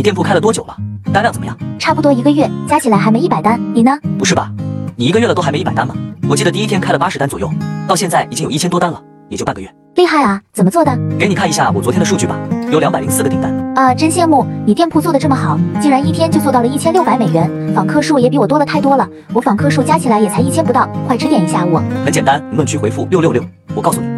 你店铺开了多久了？单量怎么样？差不多一个月，加起来还没一百单。你呢？不是吧？你一个月了都还没一百单吗？我记得第一天开了八十单左右，到现在已经有一千多单了，也就半个月。厉害啊！怎么做的？给你看一下我昨天的数据吧，有两百零四个订单。呃，真羡慕你店铺做的这么好，竟然一天就做到了一千六百美元，访客数也比我多了太多了。我访客数加起来也才一千不到，快指点一下我。很简单，评论区回复六六六，我告诉你。